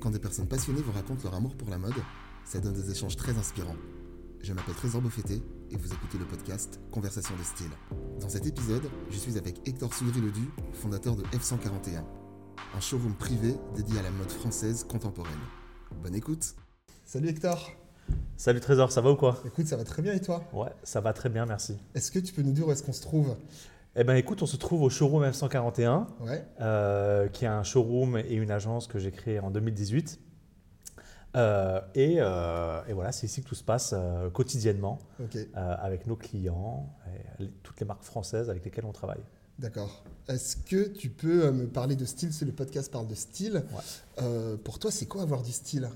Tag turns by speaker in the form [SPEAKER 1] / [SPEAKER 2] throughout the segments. [SPEAKER 1] Quand des personnes passionnées vous racontent leur amour pour la mode, ça donne des échanges très inspirants. Je m'appelle Trésor Beaufetté et vous écoutez le podcast Conversation de style. Dans cet épisode, je suis avec Hector Soudry-Ledu, fondateur de F141, un showroom privé dédié à la mode française contemporaine. Bonne écoute Salut Hector
[SPEAKER 2] Salut Trésor, ça va ou quoi
[SPEAKER 1] Écoute, ça va très bien et toi
[SPEAKER 2] Ouais, ça va très bien, merci.
[SPEAKER 1] Est-ce que tu peux nous dire où est-ce qu'on se trouve
[SPEAKER 2] Eh ben écoute, on se trouve au showroom F141,
[SPEAKER 1] Ouais.
[SPEAKER 2] euh, qui est un showroom et une agence que j'ai créé en 2018. Euh, et, euh, et voilà, c'est ici que tout se passe euh, quotidiennement
[SPEAKER 1] Ok,
[SPEAKER 2] euh, avec nos clients, et les- toutes les marques françaises avec lesquelles on travaille.
[SPEAKER 1] d'accord. Est-ce que tu peux euh, me parler de style Si le podcast parle de style,
[SPEAKER 2] Ouais.
[SPEAKER 1] Euh, pour toi, c'est quoi avoir du style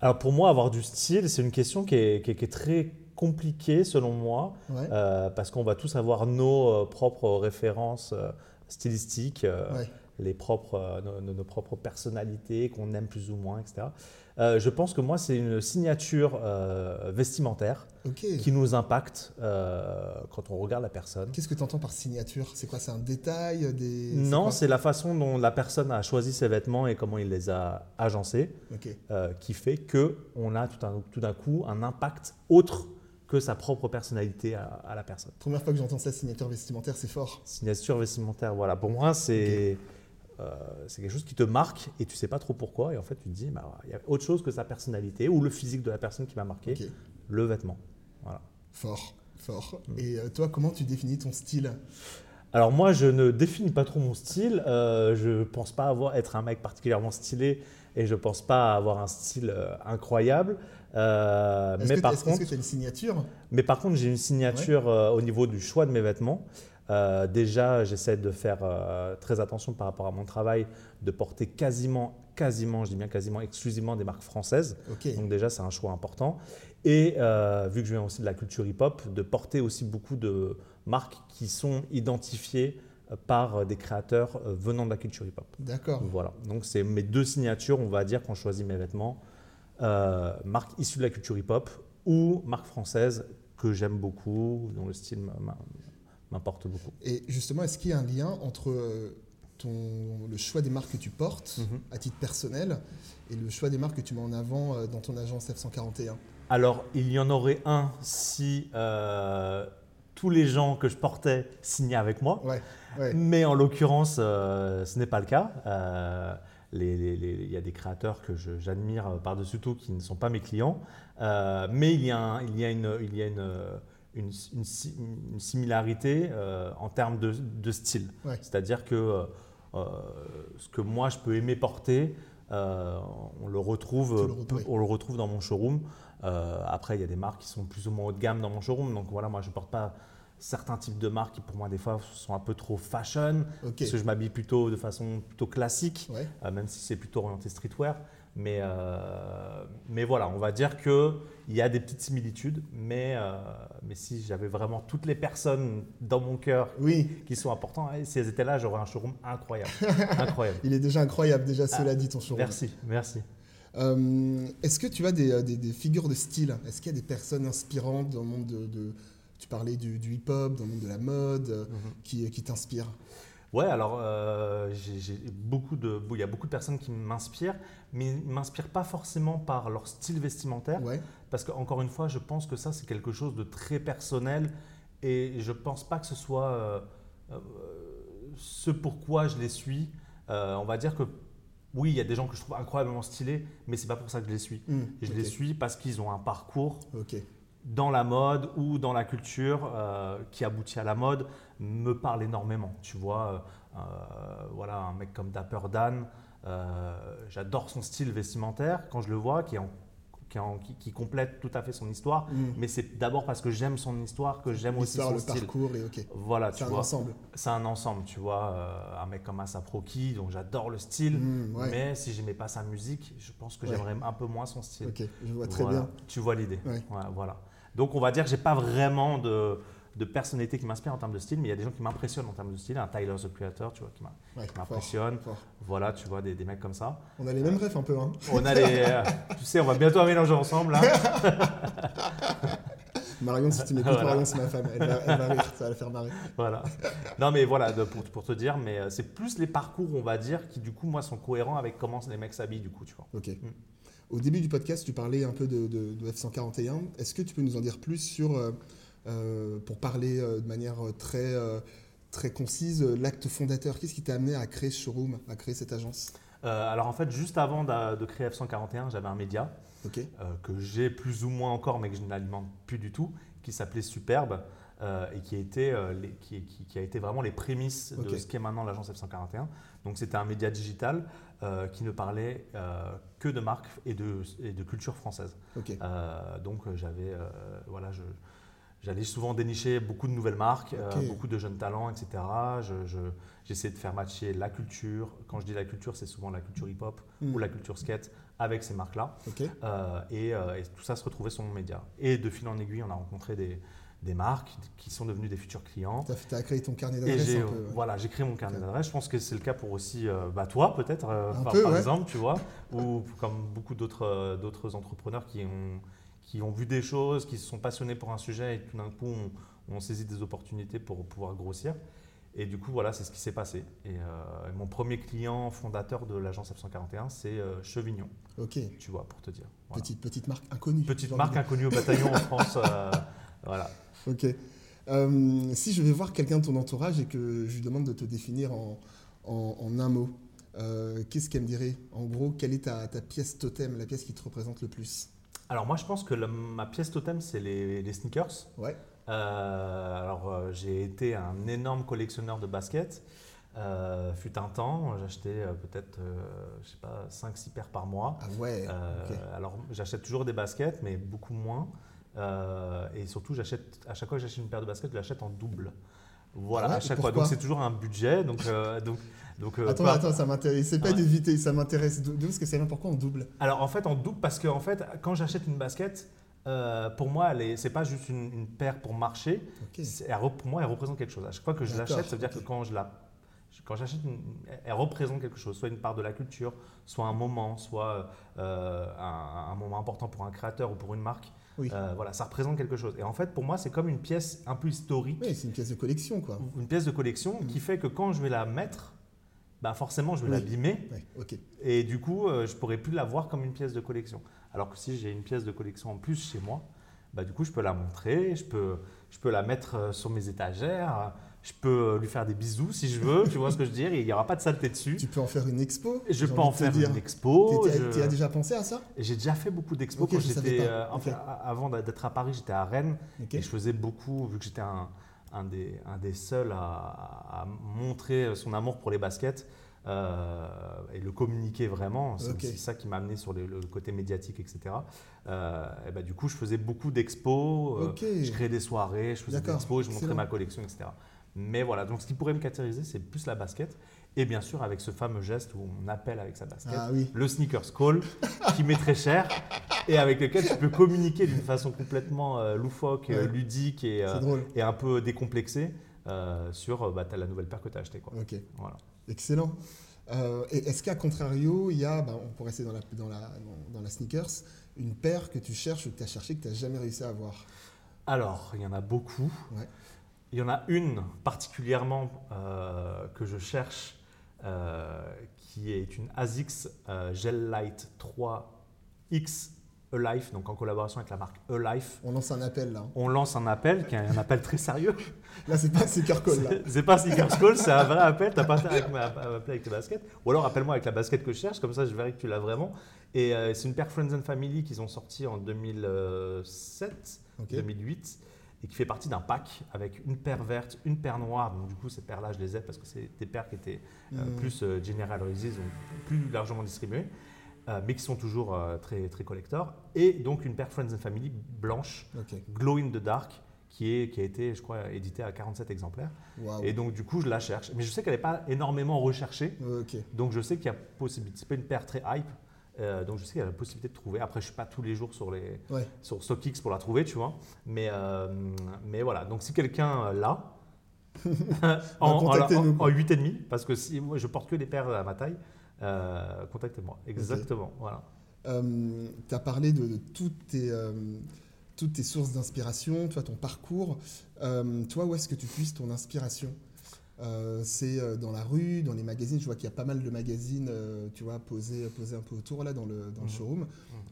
[SPEAKER 2] Alors pour moi, avoir du style, c'est une question qui est, qui est- qui est très compliquée selon moi,
[SPEAKER 1] Ouais.
[SPEAKER 2] euh, parce qu'on va tous avoir nos euh, propres références euh, stylistiques. euh,
[SPEAKER 1] ouais.
[SPEAKER 2] les propres, euh, nos, nos- nos propres personnalités qu'on aime plus ou moins, etc. Euh, je pense que moi, c'est une signature euh, vestimentaire
[SPEAKER 1] Ok.
[SPEAKER 2] qui nous impacte euh, quand on regarde la personne.
[SPEAKER 1] Qu'est-ce que tu entends par signature C'est quoi C'est un détail des...
[SPEAKER 2] Non,
[SPEAKER 1] c'est.
[SPEAKER 2] c'est la façon dont la personne a choisi ses vêtements et comment il les a agencés
[SPEAKER 1] quoi Ok.
[SPEAKER 2] euh, qui fait que on a tout un- tout d'un coup un impact autre que sa propre personnalité à- à la personne.
[SPEAKER 1] Première fois que j'entends ça, signature vestimentaire, c'est fort.
[SPEAKER 2] Signature vestimentaire, voilà. Pour moi, c'est euh, c'est quelque chose qui te marque et tu sais pas trop pourquoi. Et en fait, tu te dis, bah, il y a autre chose que sa personnalité ou le physique de la personne qui m'a marqué,
[SPEAKER 1] Ok.
[SPEAKER 2] le vêtement. Voilà.
[SPEAKER 1] Fort, fort. Et euh, toi, comment tu définis ton style
[SPEAKER 2] Alors moi, je ne définis pas trop mon style. Euh, je pense pas avoir être un mec particulièrement stylé et je pense pas avoir un style euh, incroyable. Euh,
[SPEAKER 1] Est-ce
[SPEAKER 2] mais
[SPEAKER 1] que
[SPEAKER 2] par
[SPEAKER 1] est-ce que-
[SPEAKER 2] contre,
[SPEAKER 1] est-ce que tu as une signature
[SPEAKER 2] Mais par contre, j'ai une signature euh, au niveau du choix de mes vêtements. Euh, déjà, j'essaie de faire euh, très attention par rapport à mon travail, de porter quasiment, quasiment, je dis bien quasiment, exclusivement des marques françaises.
[SPEAKER 1] Ok.
[SPEAKER 2] Donc déjà, c'est un choix important. Et euh, vu que je viens aussi de la culture hip-hop, de porter aussi beaucoup de marques qui sont identifiées euh, par euh, des créateurs euh, venant de la culture hip-hop.
[SPEAKER 1] D'accord.
[SPEAKER 2] Voilà, donc c'est mes deux signatures, on va dire, quand je choisis mes vêtements. Euh, marque issue de la culture hip-hop ou marque française que j'aime beaucoup, dont le style m- m- m'importe beaucoup.
[SPEAKER 1] Et justement, est-ce qu'il y a un lien entre euh, ton, le choix des marques que tu portes
[SPEAKER 2] Mhm.
[SPEAKER 1] à titre personnel et le choix des marques que tu mets en avant euh, dans ton agence F141
[SPEAKER 2] Alors, il y en aurait un si euh, tous les gens que je portais signaient avec moi,
[SPEAKER 1] Ouais, ouais.
[SPEAKER 2] mais en l'occurrence, euh, ce n'est pas le cas. Euh, les- les- les- Il y a des créateurs que je- j'admire euh, par-dessus tout qui ne sont pas mes clients, Euh, mais il y a, un- il y a une, il y a une- une- une si- une similarité euh, en termes de, de style.
[SPEAKER 1] Ouais.
[SPEAKER 2] C'est-à-dire que euh, euh, ce que moi je peux aimer porter, euh, on, le
[SPEAKER 1] Tu
[SPEAKER 2] retrouve,
[SPEAKER 1] le retrouves.
[SPEAKER 2] on le retrouve dans mon showroom. Euh, après, il y a des marques qui sont plus ou moins haut de gamme dans mon showroom, donc voilà, moi je ne porte pas certains types de marques qui pour moi des fois sont un peu trop fashion,
[SPEAKER 1] Ok.
[SPEAKER 2] parce que je m'habille plutôt de façon plutôt classique,
[SPEAKER 1] Ouais.
[SPEAKER 2] euh, même si c'est plutôt orienté streetwear. Mais, euh, mais voilà, on va dire qu'il y a des petites similitudes, mais, euh, mais si j'avais vraiment toutes les personnes dans mon cœur
[SPEAKER 1] Oui,
[SPEAKER 2] qui sont importantes, et si elles étaient là, j'aurais un showroom incroyable. incroyable.
[SPEAKER 1] il est déjà incroyable, déjà cela dit, ton showroom.
[SPEAKER 2] Ah, Merci, merci.
[SPEAKER 1] Euh, Est-ce que tu as des, euh, des- des figures de style Est-ce qu'il y a des personnes inspirantes dans le monde de... de- tu parlais du, du hip-hop, dans le monde de la mode, euh, qui, qui t'inspirent
[SPEAKER 2] Ouais, alors euh, j'ai- j'ai beaucoup de, il y a beaucoup de personnes qui m'inspirent, mais ils m'inspirent pas forcément par leur style vestimentaire,
[SPEAKER 1] Ouais,
[SPEAKER 2] parce qu'encore une fois, je pense que ça c'est quelque chose de très personnel, et je pense pas que ce soit euh, euh, ce pourquoi je les suis. Euh, on va dire que oui, il y a des gens que je trouve incroyablement stylés, mais c'est pas pour ça que je les suis.
[SPEAKER 1] Hmm,
[SPEAKER 2] Je
[SPEAKER 1] ok,
[SPEAKER 2] les suis parce qu'ils ont un parcours
[SPEAKER 1] Ok,
[SPEAKER 2] dans la mode ou dans la culture euh, qui aboutit à la mode me parle énormément. Tu vois, euh, euh, voilà, un mec comme Dapper Dan, euh, j'adore son style vestimentaire quand je le vois, qui, est en- qui est en- qui- qui complète tout à fait son histoire.
[SPEAKER 1] Mm.
[SPEAKER 2] Mais c'est d'abord parce que j'aime son histoire que j'aime aussi
[SPEAKER 1] L'histoire,
[SPEAKER 2] son
[SPEAKER 1] le
[SPEAKER 2] style.
[SPEAKER 1] parcours, et ok.
[SPEAKER 2] Voilà,
[SPEAKER 1] C'est
[SPEAKER 2] tu
[SPEAKER 1] un
[SPEAKER 2] vois,
[SPEAKER 1] ensemble.
[SPEAKER 2] c'est un ensemble, tu vois, euh, un mec comme Assa Proki, dont j'adore le style,
[SPEAKER 1] Mm, ouais.
[SPEAKER 2] mais si j'aimais pas sa musique, je pense que
[SPEAKER 1] Ouais.
[SPEAKER 2] j'aimerais un peu moins son style.
[SPEAKER 1] Ok, je vois très
[SPEAKER 2] Voilà,
[SPEAKER 1] bien.
[SPEAKER 2] Tu vois l'idée.
[SPEAKER 1] Ouais.
[SPEAKER 2] Ouais, voilà. Donc on va dire que j'ai pas vraiment de, de personnalité qui m'inspire en termes de style, mais il y a des gens qui m'impressionnent en termes de style. Un Tyler the Creator, tu vois, qui m'a-
[SPEAKER 1] Ouais,
[SPEAKER 2] qui m'impressionne.
[SPEAKER 1] fort, fort.
[SPEAKER 2] Voilà, tu vois, des, des mecs comme ça.
[SPEAKER 1] On a les mêmes rêves un peu, hein
[SPEAKER 2] On a les, euh, tu sais, on va bientôt mélanger ensemble. hein.
[SPEAKER 1] Marion, si tu m'écoutes,
[SPEAKER 2] Voilà.
[SPEAKER 1] Marion, c'est ma femme. Elle va, elle va rire, ça va la faire marrer.
[SPEAKER 2] Voilà. Non, mais voilà, de- pour, pour te dire, mais euh, c'est plus les parcours, on va dire, qui du coup, moi, sont cohérents avec comment les mecs s'habillent, du coup, tu vois.
[SPEAKER 1] Ok. Au début du podcast, tu parlais un peu de, de- de F-141. Est-ce que tu peux nous en dire plus sur, euh, euh, pour parler euh, de manière euh, très, euh, très concise, euh, l'acte fondateur Qu'est-ce qui t'a amené à créer ce showroom, à créer cette agence
[SPEAKER 2] Euh, alors, en fait, juste avant d'a- de créer F141, j'avais un média
[SPEAKER 1] Ok.
[SPEAKER 2] euh, que j'ai plus ou moins encore, mais que je n'alimente plus du tout, qui s'appelait Superbe euh, et qui a, été, euh, les- qui, qui- qui a été vraiment les prémices de
[SPEAKER 1] Ok.
[SPEAKER 2] ce qu'est maintenant l'agence F141. Donc, c'était un média digital euh, qui ne parlait euh, que de marques et de, et de culture française.
[SPEAKER 1] Ok.
[SPEAKER 2] Euh, donc euh, j'avais, euh, voilà, je- j'allais souvent dénicher beaucoup de nouvelles marques, euh,
[SPEAKER 1] Ok.
[SPEAKER 2] beaucoup de jeunes talents, etc. Je- je- J'essayais de faire matcher la culture. Quand je dis la culture, c'est souvent la culture hip-hop
[SPEAKER 1] Hmm.
[SPEAKER 2] ou la culture skate avec ces marques-là.
[SPEAKER 1] Mmh, Ok.
[SPEAKER 2] Euh, et, euh, et tout ça se retrouvait sur mon média. Et de fil en aiguille, on a rencontré des, des marques qui sont devenues des futurs clients.
[SPEAKER 1] T'as, t'as créé ton carnet
[SPEAKER 2] Et
[SPEAKER 1] d'adresse
[SPEAKER 2] j'ai, euh,
[SPEAKER 1] un peu. ouais.
[SPEAKER 2] voilà, j'ai créé mon carnet
[SPEAKER 1] Ok.
[SPEAKER 2] d'adresse. Je pense que c'est le cas pour aussi euh, bah, toi, peut-être, euh,
[SPEAKER 1] Un
[SPEAKER 2] par,
[SPEAKER 1] peu,
[SPEAKER 2] par
[SPEAKER 1] ouais.
[SPEAKER 2] exemple, tu vois, ou comme beaucoup d'autres euh, d'autres entrepreneurs qui ont, qui ont vu des choses, qui se sont passionnés pour un sujet et tout d'un coup, on, on saisit des opportunités pour pouvoir grossir. Et du coup, voilà, c'est ce qui s'est passé. Et euh, mon premier client fondateur de l'agence F141, c'est euh, Chevignon,
[SPEAKER 1] Ok.
[SPEAKER 2] tu vois, pour te dire. Voilà.
[SPEAKER 1] Petite, petite marque inconnue.
[SPEAKER 2] Petite
[SPEAKER 1] j'ai
[SPEAKER 2] marque
[SPEAKER 1] envie
[SPEAKER 2] inconnue au bataillon en France. euh, voilà.
[SPEAKER 1] de- Ok. Euh, si je vais voir quelqu'un de ton entourage et que je lui demande de te définir en, en- en un mot, euh, qu'est-ce qu'elle me dirait En gros, quelle est ta, ta pièce totem, la pièce qui te représente le plus
[SPEAKER 2] Alors moi, je pense que la- ma pièce totem, c'est les, les sneakers.
[SPEAKER 1] Ouais.
[SPEAKER 2] Euh, alors euh, j'ai été un énorme collectionneur de baskets. Euh, fut un temps, j'achetais euh, peut-être, euh, je sais pas, 5-6 paires par mois.
[SPEAKER 1] Ah ouais.
[SPEAKER 2] Euh,
[SPEAKER 1] ok.
[SPEAKER 2] Alors j'achète toujours des baskets, mais beaucoup moins. Euh, et surtout, j'achète à chaque fois que j'achète une paire de baskets, je l'achète en double. Voilà,
[SPEAKER 1] Ah ouais,
[SPEAKER 2] à
[SPEAKER 1] et
[SPEAKER 2] chaque fois.
[SPEAKER 1] pourquoi
[SPEAKER 2] Donc c'est toujours un budget. Donc, euh, donc, donc, euh,
[SPEAKER 1] Attends,
[SPEAKER 2] peu-
[SPEAKER 1] attends, ça m'intéresse. C'est pas
[SPEAKER 2] Ouais.
[SPEAKER 1] d'éviter, ça m'intéresse de, de parce que c'est bien pourquoi on double.
[SPEAKER 2] Alors en fait en double parce que en fait quand j'achète une basket, euh, pour moi elle est- c'est pas juste une, une paire pour marcher.
[SPEAKER 1] Ok.
[SPEAKER 2] C'est- elle rep- pour moi elle représente quelque chose. À chaque fois que je
[SPEAKER 1] D'accord,
[SPEAKER 2] l'achète, ça veut dire
[SPEAKER 1] ok.
[SPEAKER 2] que quand je la quand j'achète, une- elle représente quelque chose, soit une part de la culture, soit un moment, soit euh, un, un moment important pour un créateur ou pour une marque.
[SPEAKER 1] Oui.
[SPEAKER 2] Euh, voilà, ça représente quelque chose. Et en fait, pour moi, c'est comme une pièce un peu historique
[SPEAKER 1] Oui, c'est une pièce de collection, quoi.
[SPEAKER 2] une pièce de collection qui fait que quand je vais la mettre, bah forcément je vais
[SPEAKER 1] Oui.
[SPEAKER 2] l'abîmer
[SPEAKER 1] Ouais, ok.
[SPEAKER 2] et du coup euh, je pourrais plus la voir comme une pièce de collection. Alors que si j'ai une pièce de collection en plus chez moi, bah du coup je peux la montrer, je peux, je peux la mettre euh, sur mes étagères, je peux euh, lui faire des bisous si je veux, tu vois ce que je veux dire, il n'y aura pas de saleté dessus.
[SPEAKER 1] Tu peux en faire une expo.
[SPEAKER 2] Je
[SPEAKER 1] j'ai
[SPEAKER 2] peux
[SPEAKER 1] envie
[SPEAKER 2] en
[SPEAKER 1] de te
[SPEAKER 2] faire
[SPEAKER 1] dire.
[SPEAKER 2] une expo.
[SPEAKER 1] T'es- t'es-
[SPEAKER 2] je-
[SPEAKER 1] T'y as déjà pensé à ça
[SPEAKER 2] J'ai déjà fait beaucoup d'expos
[SPEAKER 1] Ok,
[SPEAKER 2] quand
[SPEAKER 1] je savais
[SPEAKER 2] j'étais
[SPEAKER 1] pas.
[SPEAKER 2] euh, enfin,
[SPEAKER 1] Ok.
[SPEAKER 2] a- avant d'être à Paris, j'étais à Rennes.
[SPEAKER 1] Ok.
[SPEAKER 2] Et je faisais beaucoup, vu que j'étais un, un des, un des seuls à, à montrer son amour pour les baskets euh, et le communiquer vraiment. C'est
[SPEAKER 1] Ok.
[SPEAKER 2] aussi ça qui m'a amené sur le, le côté médiatique, etc. Euh, et bah, du coup, je faisais beaucoup d'expos. euh,
[SPEAKER 1] Ok.
[SPEAKER 2] Je créais des soirées, je faisais des
[SPEAKER 1] D'accord,
[SPEAKER 2] expos, je montrais
[SPEAKER 1] excellent.
[SPEAKER 2] ma collection, etc. Mais voilà, donc ce qui pourrait me catégoriser, c'est plus la basket. Et bien sûr, avec ce fameux geste où on appelle avec sa basket,
[SPEAKER 1] Ah oui.
[SPEAKER 2] le sneakers call, qui m'est très cher et avec lequel tu peux communiquer d'une façon complètement euh, loufoque, euh,
[SPEAKER 1] Ouais.
[SPEAKER 2] ludique et, euh,
[SPEAKER 1] C'est drôle.
[SPEAKER 2] et un peu décomplexée euh, sur euh, bah, t'as la nouvelle paire que tu as achetée. Quoi.
[SPEAKER 1] Ok.
[SPEAKER 2] Voilà.
[SPEAKER 1] Excellent. Euh, et est-ce qu'à contrario, il y a, ben, on pourrait rester dans la, dans, la, dans, dans la sneakers, une paire que tu cherches ou que tu as cherché que tu n'as jamais réussi à avoir
[SPEAKER 2] Alors, il y en a beaucoup.
[SPEAKER 1] Ouais.
[SPEAKER 2] Il y en a une particulièrement euh, que je cherche, euh, qui est une ASICS euh, Gel Light 3X E-Life, donc en collaboration avec la marque E-Life.
[SPEAKER 1] On lance un appel là. hein.
[SPEAKER 2] On lance un appel, qui est un appel très sérieux.
[SPEAKER 1] Là, c'est pas c'est Kerkol là.
[SPEAKER 2] C'est- C'est pas Sneakers Call, c'est un vrai appel. T'as pas intérêt avec ma- à m'appeler avec tes baskets. Ou alors appelle-moi avec la basket que je cherche, comme ça je verrai que tu l'as vraiment. Et euh, c'est une paire Friends and Family qu'ils ont sorti en 2007,
[SPEAKER 1] Ok.
[SPEAKER 2] 2008, et qui fait partie d'un pack avec une paire verte, une paire noire. Donc du coup, ces paires-là, je les ai parce que c'est des paires qui étaient euh,
[SPEAKER 1] Hmm.
[SPEAKER 2] plus euh, General Releases, donc plus largement distribuées, euh, mais qui sont toujours euh, très, très collector. Et donc une paire Friends and Family blanche,
[SPEAKER 1] Ok.
[SPEAKER 2] Glow in the Dark, qui, est, qui a été, je crois, édité à 47 exemplaires.
[SPEAKER 1] Waouh.
[SPEAKER 2] Et donc, du coup, je la cherche. Mais je sais qu'elle n'est pas énormément recherchée.
[SPEAKER 1] Ok.
[SPEAKER 2] Donc, je sais qu'il y a possibilité. C'est pas une paire très hype. euh, donc, je sais qu'il y a la possibilité de trouver. Après, je ne suis pas tous les jours sur, les,
[SPEAKER 1] Ouais.
[SPEAKER 2] sur StockX pour la trouver, tu vois. Mais, euh, mais voilà. Donc, si quelqu'un euh, l'a, en, en,
[SPEAKER 1] contactez-nous,
[SPEAKER 2] en,
[SPEAKER 1] quoi.
[SPEAKER 2] en 8,5, parce que si moi, je porte que les paires à ma taille, euh, contactez-moi. Exactement. Voilà.
[SPEAKER 1] tu as parlé de, de toutes tes, euh, toutes tes sources d'inspiration, toi, ton parcours. Euh, toi, où est-ce que tu puisses ton inspiration Euh, C'est euh, dans la rue, dans les magazines. Je vois qu'il y a pas mal de magazines, euh, tu vois, posés, posés un peu autour, là, dans le, dans le
[SPEAKER 2] Mhm.
[SPEAKER 1] showroom.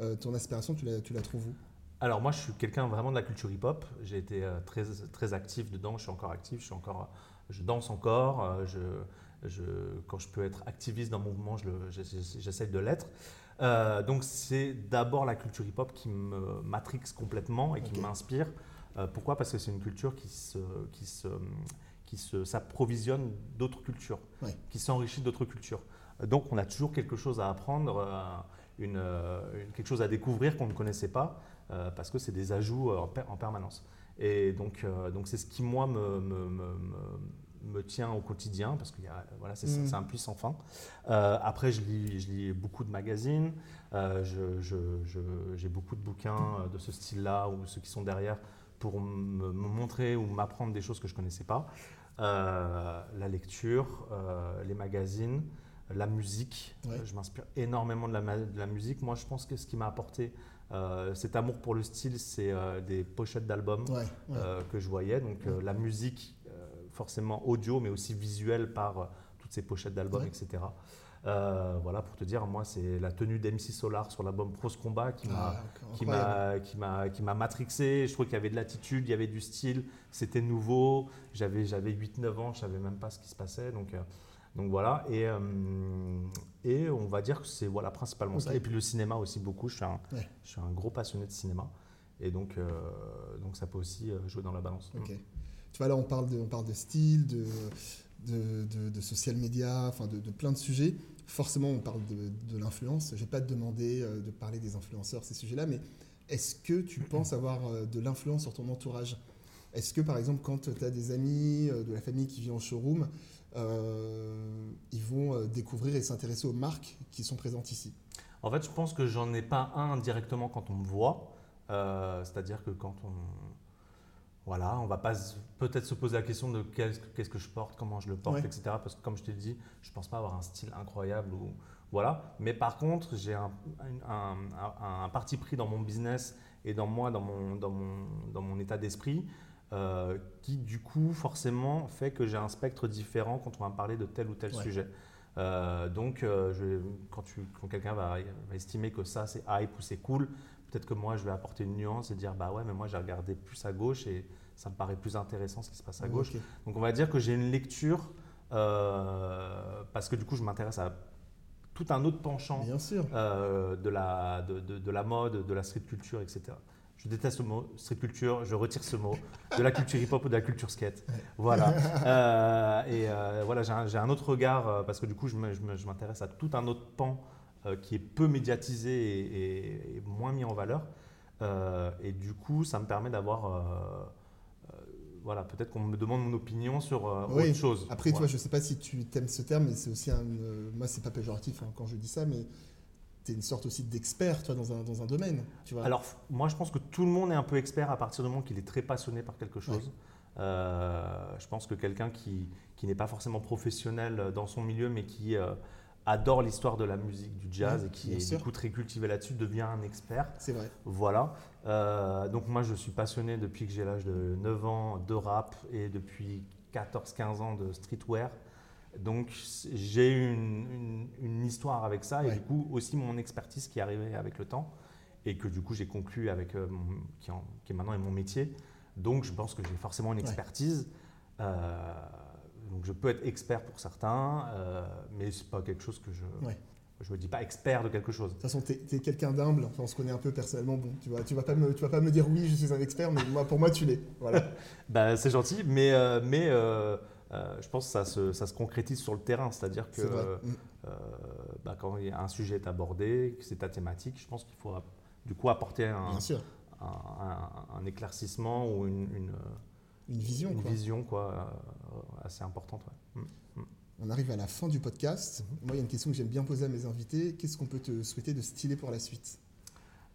[SPEAKER 1] Euh, ton inspiration, tu la, tu la trouves où
[SPEAKER 2] Mmh. Alors moi, je suis quelqu'un vraiment de la culture hip-hop. J'ai été euh, très, très actif dedans. Je suis encore actif. Je suis encore, je danse encore. euh, Je, je, quand je peux être activiste d'un mouvement, je le- j'essa- j'essaye de l'être. Euh, donc c'est d'abord la culture hip-hop qui me matrixe complètement et qui
[SPEAKER 1] Ok.
[SPEAKER 2] m'inspire. Euh, pourquoi Parce que c'est une culture qui se, qui se, qui se, s'approvisionne d'autres cultures,
[SPEAKER 1] Ouais.
[SPEAKER 2] qui s'enrichit d'autres cultures. Euh, Donc on a toujours quelque chose à apprendre, euh, une, euh, une- quelque chose à découvrir qu'on ne connaissait pas euh, parce que c'est des ajouts euh, en, per- en permanence. Et donc, euh, donc c'est ce qui moi me, me, me- me- me tient au quotidien parce que voilà, c'est
[SPEAKER 1] Mm.
[SPEAKER 2] c'est un puits sans fin. Euh, après, je lis, je lis beaucoup de magazines, euh, je- je- je- j'ai beaucoup de bouquins euh, de ce style-là ou ceux qui sont derrière pour me, me montrer ou m'apprendre des choses que je ne connaissais pas. Euh, la lecture, euh, les magazines, la musique.
[SPEAKER 1] Ouais.
[SPEAKER 2] Euh, Je m'inspire énormément de la, ma- de la musique. Moi, je pense que ce qui m'a apporté euh, cet amour pour le style, c'est euh, des pochettes d'albums
[SPEAKER 1] Ouais, ouais.
[SPEAKER 2] euh, que je voyais. Donc euh, la musique, euh, forcément audio, mais aussi visuelle par euh, toutes ces pochettes d'albums,
[SPEAKER 1] Ouais.
[SPEAKER 2] etc. Euh, voilà, pour te dire, moi, c'est la tenue d'MC Solar sur l'album Pros Combat qui m'a
[SPEAKER 1] Ah,
[SPEAKER 2] qui
[SPEAKER 1] incroyable.
[SPEAKER 2] m'a qui m'a qui m'a matrixé, je trouvais qu'il y avait de l'attitude, il y avait du style, c'était nouveau, j'avais j'avais 8 9 ans, je savais même pas ce qui se passait donc euh, donc voilà et euh, et on va dire que c'est voilà principalement ça
[SPEAKER 1] Ok.
[SPEAKER 2] et puis le cinéma aussi beaucoup, je suis un
[SPEAKER 1] Ouais.
[SPEAKER 2] je suis un gros passionné de cinéma et donc euh, donc ça peut aussi euh, jouer dans la balance.
[SPEAKER 1] Ok. Tu vois, là, on parle de, on parle de style, de, de, de- de social media, enfin, de, de plein de sujets. Forcément, on parle de, de l'influence. Je vais pas te demander euh, de parler des influenceurs, ces sujets-là, mais est-ce que tu penses avoir euh, de l'influence sur ton entourage Est-ce que, par exemple, quand tu as des amis euh, de la famille qui vient en showroom, euh, ils vont euh, découvrir et s'intéresser aux marques qui sont présentes ici
[SPEAKER 2] En fait, je pense que j'en ai pas un directement quand on me voit. Euh, C'est-à-dire que quand on. Voilà, on va pas se- peut-être se poser la question de qu'est-ce que- qu'est-ce que je porte, comment je le porte,
[SPEAKER 1] Ouais.
[SPEAKER 2] etc. Parce que comme je te dis, je pense pas avoir un style incroyable ou voilà. Mais par contre, j'ai un, un- un- un- un parti pris dans mon business et dans moi, dans mon, dans mon, dans mon état d'esprit, euh, qui du coup forcément fait que j'ai un spectre différent quand on va me parler de tel ou tel
[SPEAKER 1] Ouais.
[SPEAKER 2] sujet. Euh, donc, euh, je- quand, tu- quand quelqu'un va, va estimer que ça c'est hype ou c'est cool, peut-être que moi je vais apporter une nuance et dire bah ouais, mais moi j'ai regardé plus à gauche et ça me paraît plus intéressant ce qui se passe à gauche.
[SPEAKER 1] Ok.
[SPEAKER 2] Donc on va dire que j'ai une lecture euh, parce que du coup je m'intéresse à tout un autre penchant
[SPEAKER 1] Bien sûr.
[SPEAKER 2] euh, de, la, de, de- de la mode, de la street culture, etc. Je déteste ce mot, street culture, je retire ce mot, de la culture hip-hop ou de la culture skate. Voilà. Euh, et euh, voilà, j'ai un, j'ai un autre regard, euh, parce que du coup, je me- je me- je m'intéresse à tout un autre pan euh, qui est peu médiatisé et, et- et moins mis en valeur. Euh, et du coup, ça me permet d'avoir. euh, euh, voilà, peut-être qu'on me demande mon opinion sur euh,
[SPEAKER 1] Oui.
[SPEAKER 2] autre chose.
[SPEAKER 1] Après,
[SPEAKER 2] Voilà.
[SPEAKER 1] toi, je sais pas si tu t'aimes ce terme, mais c'est aussi un. euh, moi, c'est pas péjoratif hein, quand je dis ça, mais tu es une sorte aussi d'expert, toi, dans un, dans un domaine. Tu vois
[SPEAKER 2] Alors, f- moi, je pense que tout le monde est un peu expert à partir du moment qu'il est très passionné par quelque chose. Euh, je pense que quelqu'un qui, qui n'est pas forcément professionnel dans son milieu, mais qui euh, adore l'histoire de la musique, du jazz,
[SPEAKER 1] Ouais,
[SPEAKER 2] et qui
[SPEAKER 1] bien
[SPEAKER 2] est
[SPEAKER 1] sûr.
[SPEAKER 2] du coup très cultivé là-dessus, devient un expert.
[SPEAKER 1] c'est vrai.
[SPEAKER 2] Voilà. Euh, donc moi, je suis passionné depuis que j'ai l'âge de 9 ans de rap et depuis 14-15 ans de streetwear. Donc c- j'ai une, une- une histoire avec ça et
[SPEAKER 1] Ouais.
[SPEAKER 2] du coup aussi mon expertise qui est arrivée avec le temps et que du coup j'ai conclu avec euh, mon- qui, en- qui maintenant est mon métier. Donc je pense que j'ai forcément une
[SPEAKER 1] Ouais.
[SPEAKER 2] expertise. Euh, donc je peux être expert pour certains, euh, mais c'est pas quelque chose que je
[SPEAKER 1] Ouais.
[SPEAKER 2] je me dis pas expert de quelque chose.
[SPEAKER 1] De toute façon, tu es, quelqu'un d'humble. Enfin, on se connaît un peu personnellement. Bon, tu vois, tu vas pas me, tu vas pas me dire oui, je suis un expert, mais moi, pour moi, tu l'es. Voilà.
[SPEAKER 2] Bah, c'est gentil, mais, euh, mais euh, euh, je pense que ça se, ça se concrétise sur le terrain. C'est-à-dire que
[SPEAKER 1] C'est vrai.
[SPEAKER 2] euh,
[SPEAKER 1] Mm.
[SPEAKER 2] bah, quand il y a un sujet est abordé, que c'est ta thématique, je pense qu'il faut app- du coup apporter un,
[SPEAKER 1] Bien sûr.
[SPEAKER 2] un- un- un éclaircissement ou une, une, euh,
[SPEAKER 1] Une vision.
[SPEAKER 2] une
[SPEAKER 1] quoi.
[SPEAKER 2] vision quoi, euh, assez importante. ouais. Mm.
[SPEAKER 1] On arrive à la fin du podcast.
[SPEAKER 2] Mhm.
[SPEAKER 1] Moi, il y a une question que j'aime bien poser à mes invités. Qu'est-ce qu'on peut te souhaiter de stylé pour la suite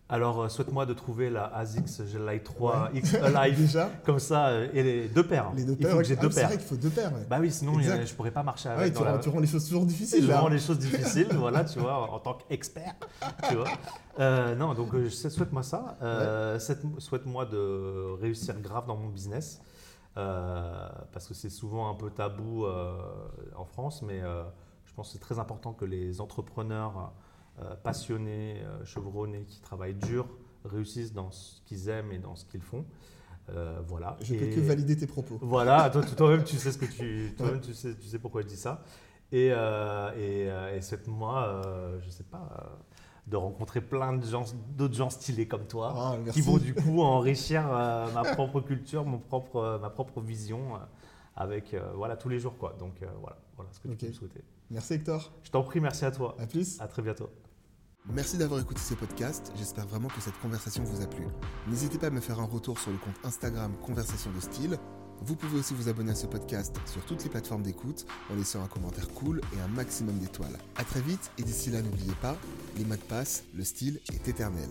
[SPEAKER 2] Alors, euh, souhaite-moi de trouver la ASICS Light 3
[SPEAKER 1] Ouais.
[SPEAKER 2] X E Alive,
[SPEAKER 1] Déjà,
[SPEAKER 2] comme ça, euh, et les deux paires.
[SPEAKER 1] les deux
[SPEAKER 2] Il
[SPEAKER 1] paires.
[SPEAKER 2] faut
[SPEAKER 1] ouais.
[SPEAKER 2] que j'ai
[SPEAKER 1] Ah,
[SPEAKER 2] deux
[SPEAKER 1] C'est
[SPEAKER 2] paires.
[SPEAKER 1] vrai qu'il faut deux paires. Ouais.
[SPEAKER 2] Bah oui, sinon il y a-
[SPEAKER 1] Exact.
[SPEAKER 2] je pourrais pas marcher
[SPEAKER 1] Ah
[SPEAKER 2] avec.
[SPEAKER 1] ouais, tu,
[SPEAKER 2] dans la-
[SPEAKER 3] hein.
[SPEAKER 1] rends, tu rends les choses toujours
[SPEAKER 2] C'est
[SPEAKER 1] difficiles. là.
[SPEAKER 2] vraiment les choses difficiles, voilà, tu vois, en tant qu'expert, tu vois. Euh, non, donc euh, je sais- souhaite-moi ça. Euh, cette- Souhaite-moi de réussir grave dans mon business. Euh, parce que c'est souvent un peu tabou euh, en France, mais euh, je pense que c'est très important que les entrepreneurs euh, passionnés, euh, chevronnés, qui travaillent dur, réussissent dans ce qu'ils aiment et dans ce qu'ils font. Euh, voilà.
[SPEAKER 3] Je peux
[SPEAKER 2] Et-
[SPEAKER 3] que valider tes propos.
[SPEAKER 2] voilà, toi, toi-même, tu sais ce que tu, toi-même, tu sais, tu sais pourquoi je dis ça. Et, euh, et, euh, et souhaite-moi, euh, je sais pas, euh, de rencontrer plein de gens, d'autres gens stylés comme toi,
[SPEAKER 3] Ah, merci.
[SPEAKER 2] qui vont du coup enrichir euh, ma propre culture, mon propre, euh, ma propre vision, euh, avec euh, voilà tous les jours quoi. Donc euh, voilà, voilà ce que
[SPEAKER 3] Ok.
[SPEAKER 2] tu peux me souhaiter.
[SPEAKER 3] Merci Hector.
[SPEAKER 2] Je t'en prie, merci à toi.
[SPEAKER 3] À plus.
[SPEAKER 2] À très bientôt.
[SPEAKER 3] Merci d'avoir écouté ce podcast, j'espère vraiment que cette conversation vous a plu. N'hésitez pas à me faire un retour sur le compte Instagram Conversation de Style. Vous pouvez aussi vous abonner à ce podcast sur toutes les plateformes d'écoute en laissant un commentaire cool et un maximum d'étoiles. A très vite et d'ici là n'oubliez pas, les mots de passe, le style est éternel.